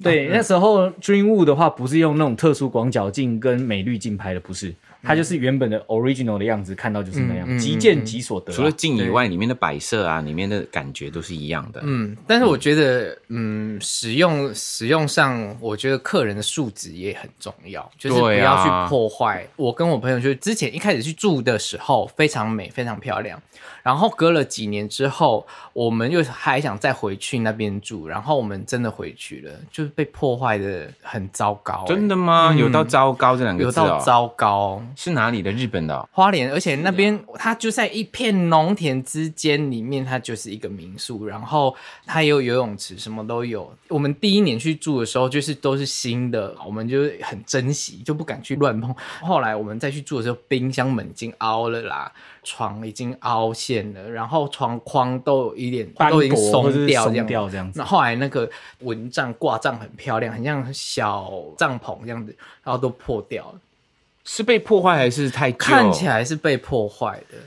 对，那时候 Dreamwood 的话，不是用那种特殊广角镜跟美滤镜拍的，不是，它就是原本的 original 的样子，看到就是那嗯嗯样，即见即所得啊。除了镜以外，里面的摆设啊，里面的感觉都是一样的。嗯，但是我觉得，嗯，使用使用上，我觉得客人的素质也很重要，就是不对要啊去破坏。我跟我朋友就是之前一开始去住的时候非常美，非常漂亮，然后隔了几年之后，我们又还想再回去那边住，然后我们真的回去了，就是被破坏的很糟糕、哦真的的吗？有到糟糕这两个有字哦？到糟糕。是哪里的？日本的哦、花莲，而且那啊边它就在一片农田之间，里面它就是一个民宿，然后它也有游泳池，什么都有。我们第一年去住的时候，就是都是新的，我们就很珍惜，就不敢去乱碰。 [LAUGHS] 后来我们再去住的时候，冰箱门已经凹了啦，床已经凹陷了，然后床框都有一点斑都已经驳或者松是掉这松样子。掉这样子那。后来那个蚊帐挂帐很漂亮，很像小帐篷这样子，然后都破掉了，是被破坏还是太旧看起来是被破坏的。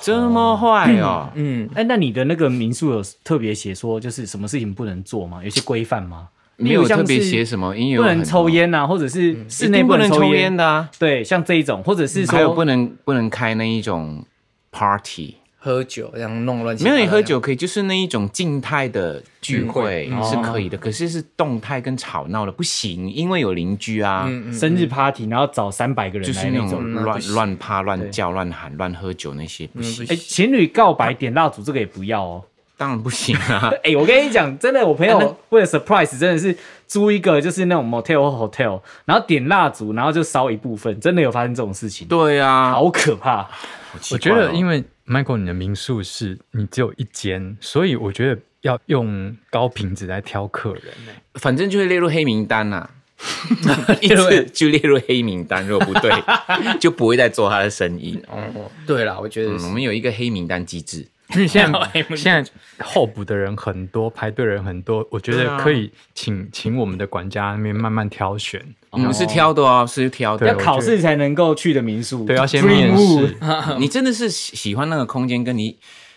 这么坏哦？嗯，哎，那你的那个民宿有特别写说，就是什么事情不能做吗？有些规范吗？没有例如像特别是写什么，因为有不能很多抽，烟啊，或者嗯是室一内定不能抽抽烟。的啊。对，像这一种，或者是还有说不能不能开那一种 party，喝酒这样弄乱七八没糟，有你喝酒可以，就是那一种静态的聚会嗯是可以的，可是是动态跟吵闹的不行，因为有邻居啊，嗯，嗯嗯，生日 parparty，然后找三百个人就是来那那种种。那不乱行嗯乱趴、乱叫、乱喊、乱喝酒那些不行，哎，情侣告白点蜡烛这个也不要哦。。当然不行啊 [LAUGHS] 哎、我跟你讲，真的，我朋友为了 surprise，真的是租一个就是那种 motel 或 hotel，然后点蜡烛，然后就烧一部分，真的有发生这种事情，对啊，好可怕。哦我觉得，因为为 Michael 你的民宿是你只有一间，所以我觉得要用高品质来挑客人、欸。反正就会列入黑名单呐。 [LAUGHS] 一直就列入黑名单，如果不对，就不会再做他的生意。对啦，我觉得嗯，我嗯是们有一个黑名单机制，因为现在现在候补的人很多，排队人很多，我觉对得啊可以请请我们的管家那边慢慢挑选。我们是挑的哦，是挑的对要我。考试才能够去的民宿，啊对，要先 Dream 面 Wood [LAUGHS] 试。你真的是喜喜欢那个空间，跟你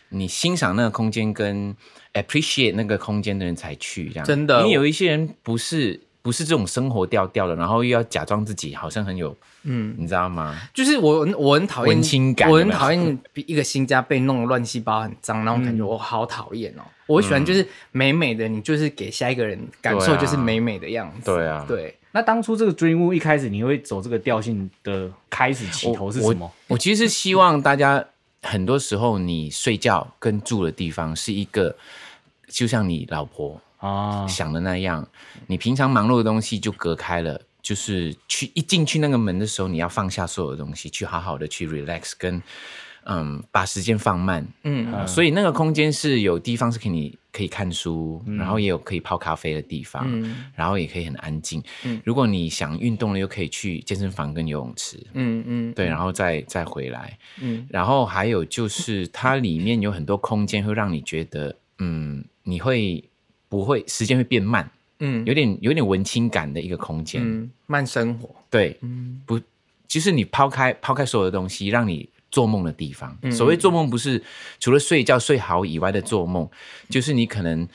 你欣赏那个空间，跟 appreciate 那个空间的人才去这样。真的因为有一些人不是不是这种生活调调的，然后又要假装自己好像很有，嗯，你知道吗？就是我很我很讨厌文青感我有很没有讨厌一个新家被弄得乱七八糟很脏那种感觉，我好讨厌哦。我喜欢就是美美的，你就是给下一个人感受对啊就是美美的样子。对啊对，那当初这个 Dream Wood 一开始你会走这个调性的开始起头是什么？我其实是希望大家很多时候你睡觉跟住的地方是一个，就像你老婆啊，想的那样，你平常忙碌的东西就隔开了。就是去一进去那个门的时候，你要放下所有的东西，去好好的去 relax，跟嗯，把时间放慢，嗯，所以那个空间是有地方是给你可以看书，然后也有可以泡咖啡的地方，嗯然后也可以很安静。嗯如果你想运动了，又可以去健身房跟游泳池，嗯嗯，对，然后再再回来。嗯然后还有就是它里面有很多空间，会让你觉得，嗯，你会不会时间会变慢，嗯，有点有点文青感的一个空间。嗯慢生活，对，嗯不，就是你抛开抛开所有的东西，让你做梦的地方。嗯所谓做梦，不是除了睡觉睡好以外的做梦，就是你可能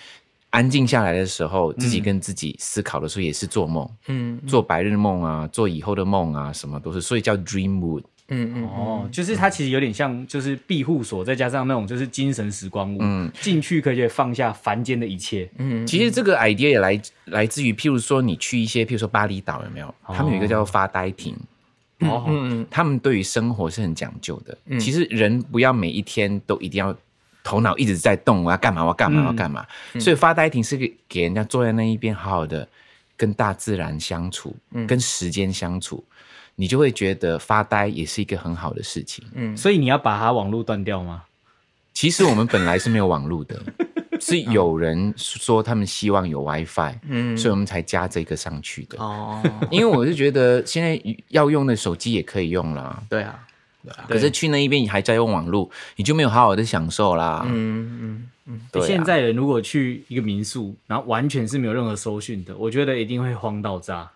安静下来的时候，自己跟自己思考的时候也是做梦，嗯嗯做白日梦啊，做以后的梦啊，什么都是，所以叫 dream mood。嗯嗯哦，就是它其实有点像，就是庇护所，再加上那种就是精神时光屋，嗯进去可以放下凡间的一切。嗯，其实这个 idea 也来来自于，譬如说你去一些，譬如说巴厘岛有没有？他们有一个叫发呆亭。哦嗯他们对于生活是很讲究的。其实人不要每一天都一定要头脑一直在动，我要干嘛，我要干嗯嘛，我要干嘛。所以发呆亭是给给人家坐在那一边，好好的跟大自然相处，嗯跟时间相处，你就会觉得发呆也是一个很好的事情。嗯所以你要把它网络断掉吗？其实我们本来是没有网络 [LAUGHS] 的。是有人说他们希望有 WiFi，嗯所以我们才加这个上去的。哦，因为我是觉得现在要用的手机也可以用啦，对啊，可是去那一边你还在用网络，你就没有好好的享受啦。嗯对啊现在人如果去一个民宿，然后完全是没有任何搜讯的，我觉得一定会慌到炸。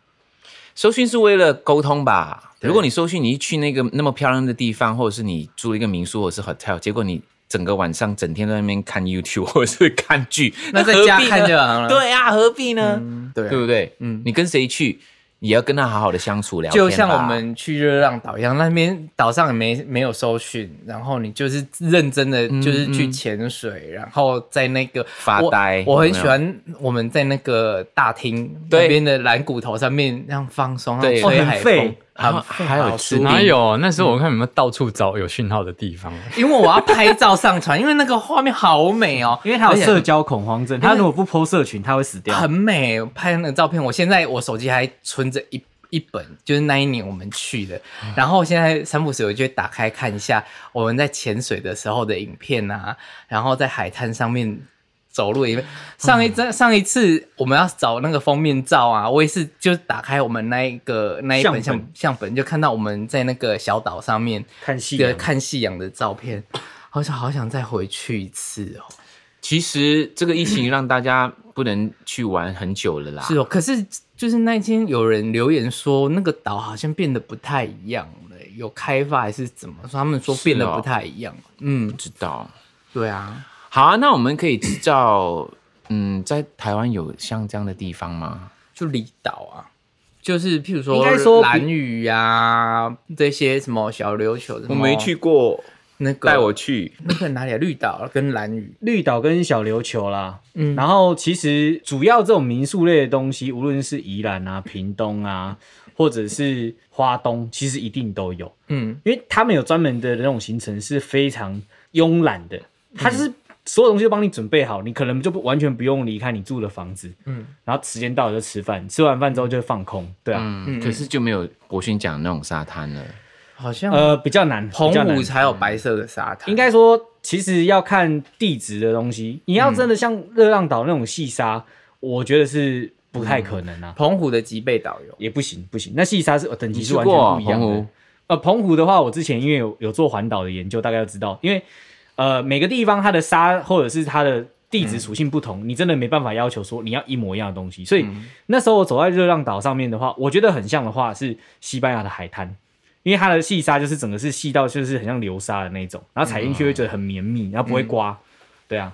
搜讯是为了沟通吧？如果你搜讯，你一去那个那么漂亮的地方，或者是你住一个民宿或者是 hotel，结果你整个晚上整天在那边看 YouTube 或者是看剧， [LAUGHS] 那在家看就好何必呢了对啊，何必呢？嗯，对对啊，不对？嗯嗯，你跟谁去，也要跟他好好的相处聊天吧就像我们去热浪岛一样，那边岛上也没没有搜寻，然后你就是认真的就是去潜水，然后在那个嗯发呆我。我很有没有喜欢我们在那个大厅对那边的蓝骨头上面那样放松，对然后吹海哦风很，然后很还有吃 [LAUGHS] 哪有？那时候我看你们到处找有讯号的地方，因为我要拍照上传，因为那个画面好美哦，因为他有社色交恐慌症，他如果不 PO 社群，他会死掉。很美，拍那个照片，我现在我手机还存着一。一本就是那一年我们去的，嗯然后现在三不时我就会打开看一下我们在潜水的时候的影片啊，然后在海滩上面走路的影片。上嗯一张、上一次我们要找那个封面照啊，我也是就是打开我们那一个那一本相相本相本，就看到我们在那个小岛上面看戏的看夕阳的照片，好想好想再回去一次哦。其实这个疫情让大家不能去玩很久了啦。啊是哦，可是就是那天有人留言说，那个岛好像变得不太一样了，有开发还是怎么说？他们说变得是哦不太一样。嗯，不知道。对啊，好啊，那我们可以知道，嗯，在台湾有像这样的地方吗？就离岛啊，就是譬如说应该说比蓝屿啊，这些什么小琉球，什么过，那个去。那个哪里啊？绿岛跟蓝屿，绿岛跟小琉球啦，嗯然后其实主要这种民宿类的东西，无论是宜兰啊、屏东 [LAUGHS] 啊，或者是花东，其实一定都有，嗯因为他们有专门的那种行程是非常慵懒的，嗯它就是所有东西都帮你准备好，你可能就不完全不用离开你住的房子，嗯然后时间到了就吃饭，吃完饭之后就放空，对啊，嗯，可是就没有博勋讲的那种沙滩了。好像呃，比较难，澎比较难嗯湖才有白色的沙滩，应该说，其实要看地质的东西。你要真的像热浪岛那种细沙，我觉得是不太可能啊，澎湖的吉贝岛有。也不行不行。那细沙是呃等级你是去完全过啊不一样澎的。湖？呃，澎湖的话，我之前因为有有做环岛的研究，大概就知道，因为呃每个地方它的沙或者是它的地质属性不同，嗯你真的没办法要求说你要一模一样的东西。所以、那时候我走在热浪岛上面的话，我觉得很像的话是西班牙的海滩。因为它的细沙就是整个是细到就是很像流沙的那种，然后踩嗯进去会觉得很绵密，然后不会刮，对啊，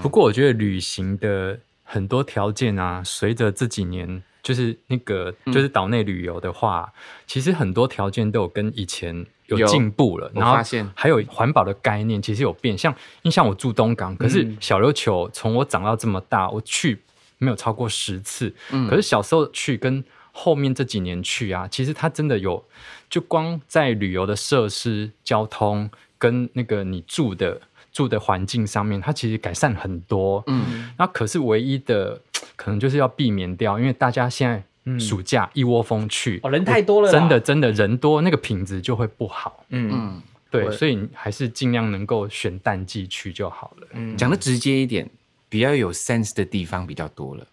不过我觉得旅行的很多条件啊，随着这几年就是那个嗯就是岛内旅游的话，其实很多条件都有跟以前有有进步了。我然后发现还有环保的概念其实有变，像因为像我住东港，可嗯是小琉球从我长到这么大，我去没有超过十次，嗯可是小时候去跟。后面这几年去啊，其实它真的有，就光在旅游的设施、交通跟那个你住的住的环境上面，它其实改善很多。嗯，那可是唯一的，可能就是要避免掉，因为大家现在暑假一窝蜂去，嗯哦人太多了啦真的真的人多，那个品质就会不好。嗯，嗯，对，会所以你还是尽量能够选淡季去就好了。嗯讲的直接一点，比较有 sense 的地方比较多了。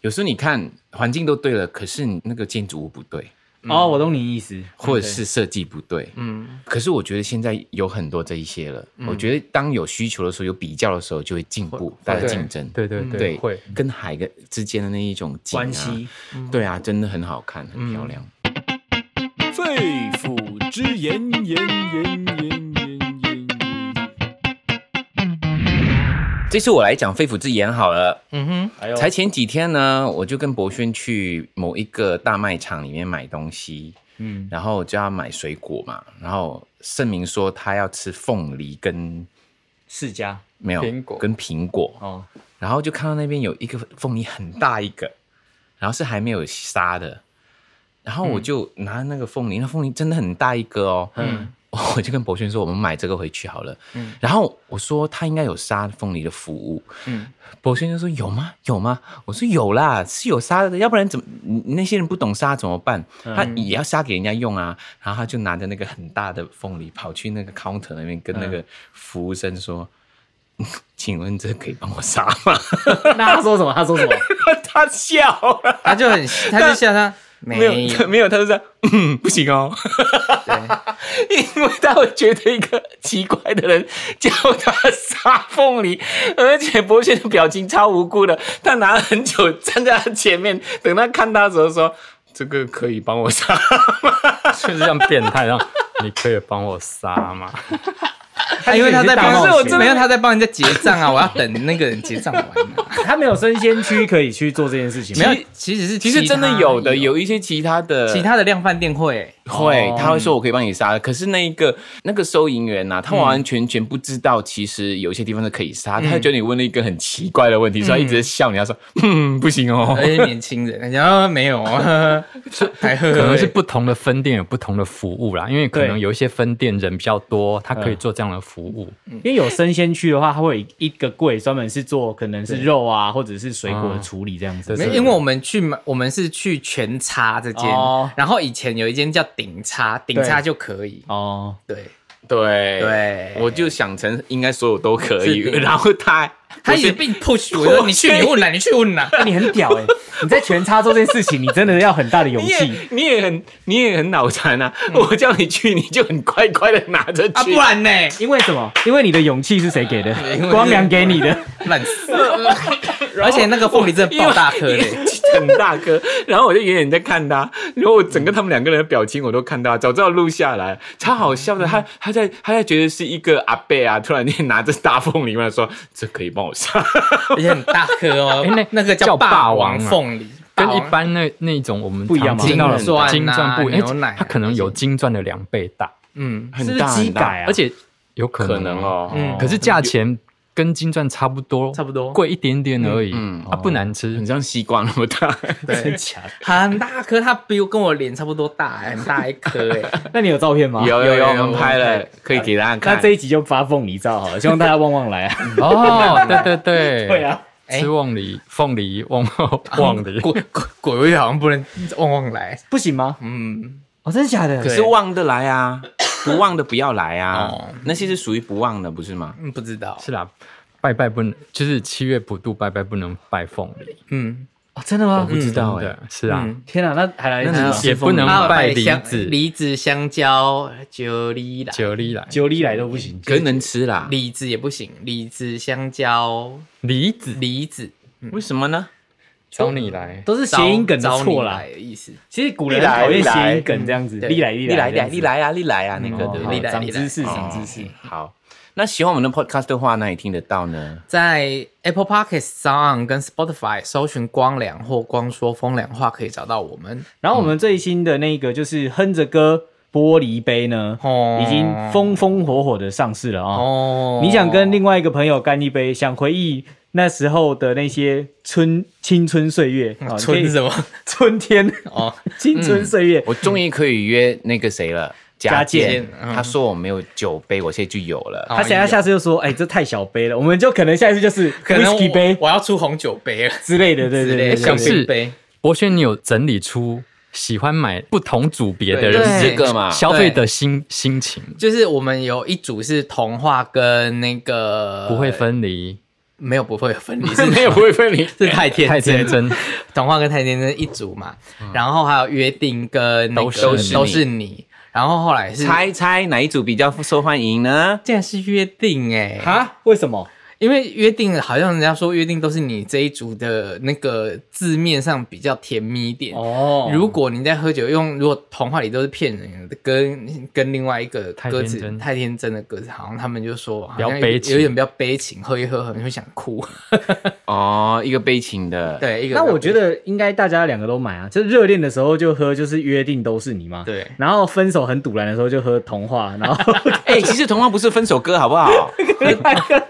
有时候你看环境都对了，可是你那个建筑物不对，哦，我懂你意思。或者是设计不对。嗯可是我觉得现在有很多这一些了。我觉得当有需求的时候，有比较的时候，就嗯会进步，大家竞争。对对对，对，会。 [LAUGHS] 跟海的之间的那一种景啊关系，对啊，真的很好看，很漂亮。肺腑之言，言言言言言言。这次我来讲肺腑之言好了。嗯哎呦才前几天呢，我就跟博轩去某一个大卖场里面买东西，嗯，然后就要买水果嘛，然后盛明说他要吃凤梨跟世家没有苹果跟苹果，哦，然后就看到那边有一个凤梨很大一个，然后是还没有杀的，然后我就拿那个凤梨，那凤梨真的很大一个哦，嗯， [LAUGHS] 我就跟博轩说我们买这个回去好了，嗯，然后我说他应该有杀凤梨的服务，嗯，博轩就说有吗？有吗？我说有啦，是有杀的，要不然怎么你那些人不懂杀怎么办？他也要杀给人家用啊，然后他就拿着那个很大的凤梨跑去那个 counter 那边跟那个服务生说。嗯请问这可以帮我杀吗？那他说什么？他说什么？ [LAUGHS] 他笑了， [LAUGHS] 他就很，他就像 [LAUGHS] 他没没有有没有，他就这样，嗯，不行哦， [LAUGHS] 因为他会觉得一个奇怪的人叫他杀凤梨，而且博轩的表情超无辜的，他拿了很久站在他前面，等他看他的时候说。这个可以帮我杀，就是像变态，然后你可以帮我杀吗？他因为他在帮，可是我真的没有他在帮人家结账啊，我要等那个人结账完 [LAUGHS] 啊。他没有生鲜区可以去做这件事情，没有，其实是其实真的他有的，有一些其他的，其他的量贩店会，哦会，他会说我可以帮你杀，可是那一个那个收银员呐、啊他完完全全不知道，其实有一些地方是可以杀，他觉得你问了一个很奇怪的问题，所以他一直在笑你，他说嗯不行哦而，且年轻人，然后没有啊，还 [LAUGHS] 喝，可能是不同的分店有不同的服务啦，因为可能对有一些分店人比较多，他可以做这样的服务。因为有生鲜区的话，它会有一个柜专门是做可能是肉啊，或者是水果的处理这样子。没，因为我们去买，我们是去全叉这间哦，然后以前有一间叫顶叉，顶叉就可以，哦，对 [LAUGHS] 对对，我就想成应该所有都可以，是的然后他他也被 push，我说你去你问啦，你去问啦，那你很屌哎、你在全差做这件事情，你真的要很大的勇你气。也你也很你也很脑残啊，我叫你去你就很乖乖的拿着去，啊不然呢，因为什么？因为你的勇气是谁给的因为？光良给你的。 [LAUGHS] 烂死了，而且那个凤梨真的爆大颗嘞。 [LAUGHS] 很大哥，然后我就远远在看他，然后我整个他们两个人的表情我都看到，早知道录下来，超好笑的。他他在他在觉得是一个阿贝啊，突然间拿着大凤梨来说：“这可以帮我 [LAUGHS] 杀。 [LAUGHS] 而且很大颗哦，诶那那个叫叫霸霸王王啊凤梨，跟霸一王般那那一种我们不一常样吗听到的金钻啊金钻不一样，牛奶啊哎它可能有金钻的两倍大，嗯”很大是不是很机大，改啊？而且有可可能能，哦。嗯可是价钱跟金钻差不多，差不多贵一点点而已，嗯嗯啊不难吃很，像西瓜那么大， [LAUGHS] 对，假的？很大颗，它比我跟我脸差不多大，很大一颗哎，那你有照片 [LAUGHS] 吗？有有有，有我们拍了，可以给大家那看。这一集就发凤梨照好了，希望大家旺旺来啊！哦，对对 [LAUGHS] 对，对，啊，哎吃凤梨，凤梨，旺 [LAUGHS] 旺 [LAUGHS] 梨，果果果味好像不能旺旺来，不行吗？嗯，哦，真的假的？对是忘的来 [COUGHS] 啊，不忘的不要来啊哦，那些是属于不忘的，不是吗？嗯不知道，是啦。拜拜不能，就是七月普渡拜拜不能拜凤梨，嗯，哦，真的嗯吗？不知道真哎的，是啊，嗯天哪，那还来得及那吗你？也不能啊拜梨香子，梨子、香蕉、九梨啦，九梨来，九里来都不行，可是能吃啦，梨子也不行，梨子、香蕉、梨子梨子，为什么呢？找你来，都是谐音梗的招招错你啦来。的意思，其实古人很讨厌谐音梗这样子，对历来历历来来历来历来啊，历来啊，那个哦对不好对历来长历来知识，长哦知识。好，那喜欢我们的 podcast 的话，那也听得到呢。在 Apple Podcast、Sound 跟 Spotify 搜寻“光良”或“光说风凉话”可以找到我们。然后我们最新的那个就是哼着歌玻璃杯呢，哦已经风风火火的上市了啊、哦，你想跟另外一个朋友干一杯，想回忆那时候的那些春青春岁月哦啊，你可以春什么？春天 [LAUGHS] 哦，青春岁月。我终于可以约那个谁嗯了，佳健健。他说我没有酒杯，我现在就有了。他想他下次就说：“哎、这太小杯了。”我们就可能下一次就是可能 whisky 杯我我要出红酒杯了之类的，对之对类对的，对像香是槟杯。博轩，你有整理出喜欢买不同组别的就是对人这个嘛，消费的心心情就是我们有一组是童话跟那个不会，分离，没有不会分离，是没有不会 [LAUGHS] 分离，是太天太天真，童话跟太天真一组嘛，然后还有约定跟那个都是你都是你，然后后来是猜猜哪一组比较受欢迎呢？竟然是约定哎、啊？为什么？因为约定好像人家说约定都是你这一组的那个字面上比较甜蜜一点。哦如果你在喝酒用，如果童话里都是骗人的，跟跟另外一个太歌天词真太天真的歌词，好像他们就说好比较像有悲情有点比较悲情，喝一喝可能会想 [LAUGHS] 哭。哦，一个悲情的，，对，一个那我觉得得应该大家两个都买啊，就是热恋的时候就喝，就是约定都是你嘛。。对，然后分手很堵然的时候就喝童话，然后哎、其实童话不是分手歌，好不 [LAUGHS] 好？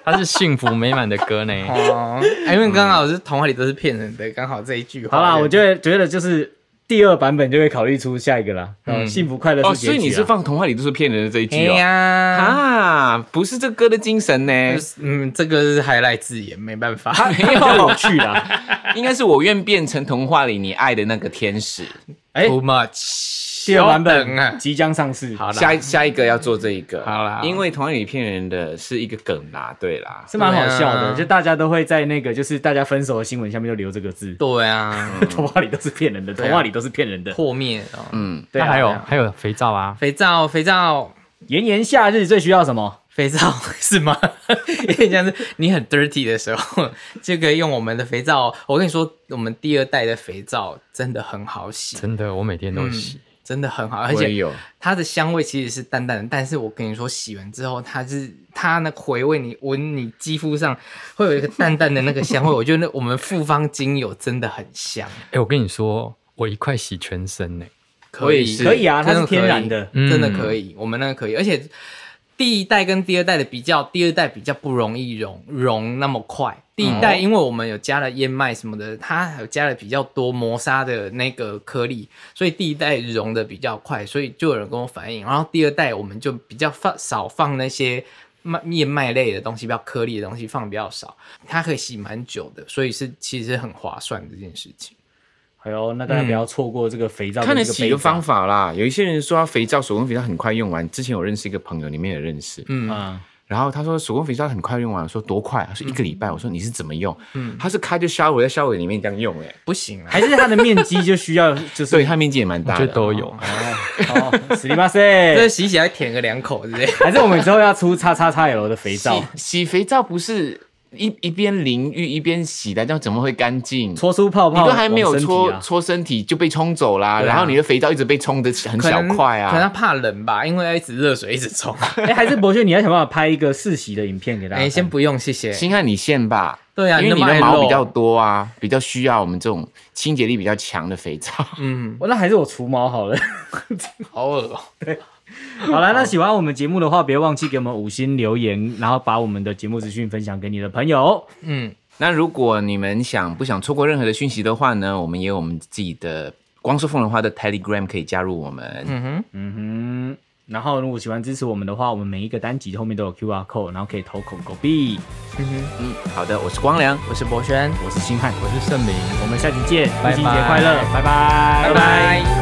它是幸福美满的歌呢。哦，哎因为刚好是童话里都是骗人的，刚好这一句话。好啦，我就就觉得就是第二版本就会考虑出下一个啦。嗯，幸福快乐哦，是结局、啊所以你是放童话里都是骗人的这一哎句哦。呀，啊，不是这歌的精神 [LAUGHS] 呢，就是嗯，这个是 highlight 字眼，没办法。没比较有有，趣啦。应该是我愿变成童话里你爱的那个天使。哎 Too much， [LAUGHS] 第二版久等啊本即将上市，好啦下一下一个要做这一个，好啦因为童话里骗人的是一个梗啦，对啦，是蛮好笑对的，啊就大家都会在那个就是大家分手的新闻下面就留这个字。对啊， [LAUGHS] 童话里都是骗人的，对啊童话里都是骗人的。破灭哦。嗯，对那啊，还有对啊还有肥皂啊，肥皂，肥皂，炎炎夏日最需要什么？肥皂 [LAUGHS] 是吗？有点像是你很 dirty 的时候，就可以用我们的肥皂。我跟你说，我们第二代的肥皂真的很好洗，真的我每天都洗。真的很好，而嗯我也且有，它的香味其实是淡淡的，但是我跟你说，洗完之后它是它那回味你闻你肌肤上会有一个淡淡的那个香味，我觉得那我们复方精油真的很香，哎、我跟你说，我一块洗全身欸呢、我可也以是可以啊，它真是的可以天然的。嗯真的可以，我们那个可以，而且第一代跟第二代的比较，第二代比较不容易融融那么快。第一代因为我们有加了燕麦什么的，它还有加了比较多磨砂的那个颗粒，所以第一代融的比较快，所以就有人跟我反映。然后第二代我们就比较放少放那些麦燕麦类的东西，比较颗粒的东西放比较少，它可以洗蛮久的，所以是其实很划算这件事情。哎呦，那大家不要错过这个肥皂嗯跟看这你个杯子啊。洗的方法啦。有一些人说他肥皂手工肥皂很快用完，之前我认识一个朋友，你们也认识，嗯，啊，然后他说手工肥皂很快用完，我说多快？啊他说一个礼拜。我说你是怎么用？他是开着 shower 在 shower 里面这样用，哎，不行啊，还是它的面积就需要就是所以它面积也蛮大这的，都有。哦，死你妈这 [LAUGHS] 塞！洗起来舔个两口之类。还是我们之后要出叉叉叉 L 的肥皂洗，洗肥皂不是一一边淋浴一边洗的，这样怎么会干净？搓出泡你泡，都还没有搓、啊。搓身体就被冲走啦，对啊然后你的肥皂一直被冲的很可小能块可能他啊。怕冷吧，因为要一直热水一直 [LAUGHS] 冲。哎，还是博轩，你要想办法拍一个试洗的影片啊给大家哎、看。先不用，谢谢。心汉，你现吧，对啊，因为你那么的爱毛露比较多啊，比较需要我们这种清洁力比较强的肥皂。嗯，哦，那还是我除毛好了。好恶哦、好了，那喜欢我们节目的话，别忘记给我们五星留言，然后把我们的节目资讯分享给你的朋友。嗯， [LAUGHS] 那如果你们想不想错过任何的讯息的话呢，我们也有我们自己的光说凤梨花的 Telegram 可以加入我们。嗯哼，然后如果喜欢支持我们的话，我们每一个单集后面都有 QR code，然后可以投口狗币。嗯，好的，我是光良，我是博轩，我是星汉，我是盛明。我们下期见，拜父亲节快乐，拜拜，拜拜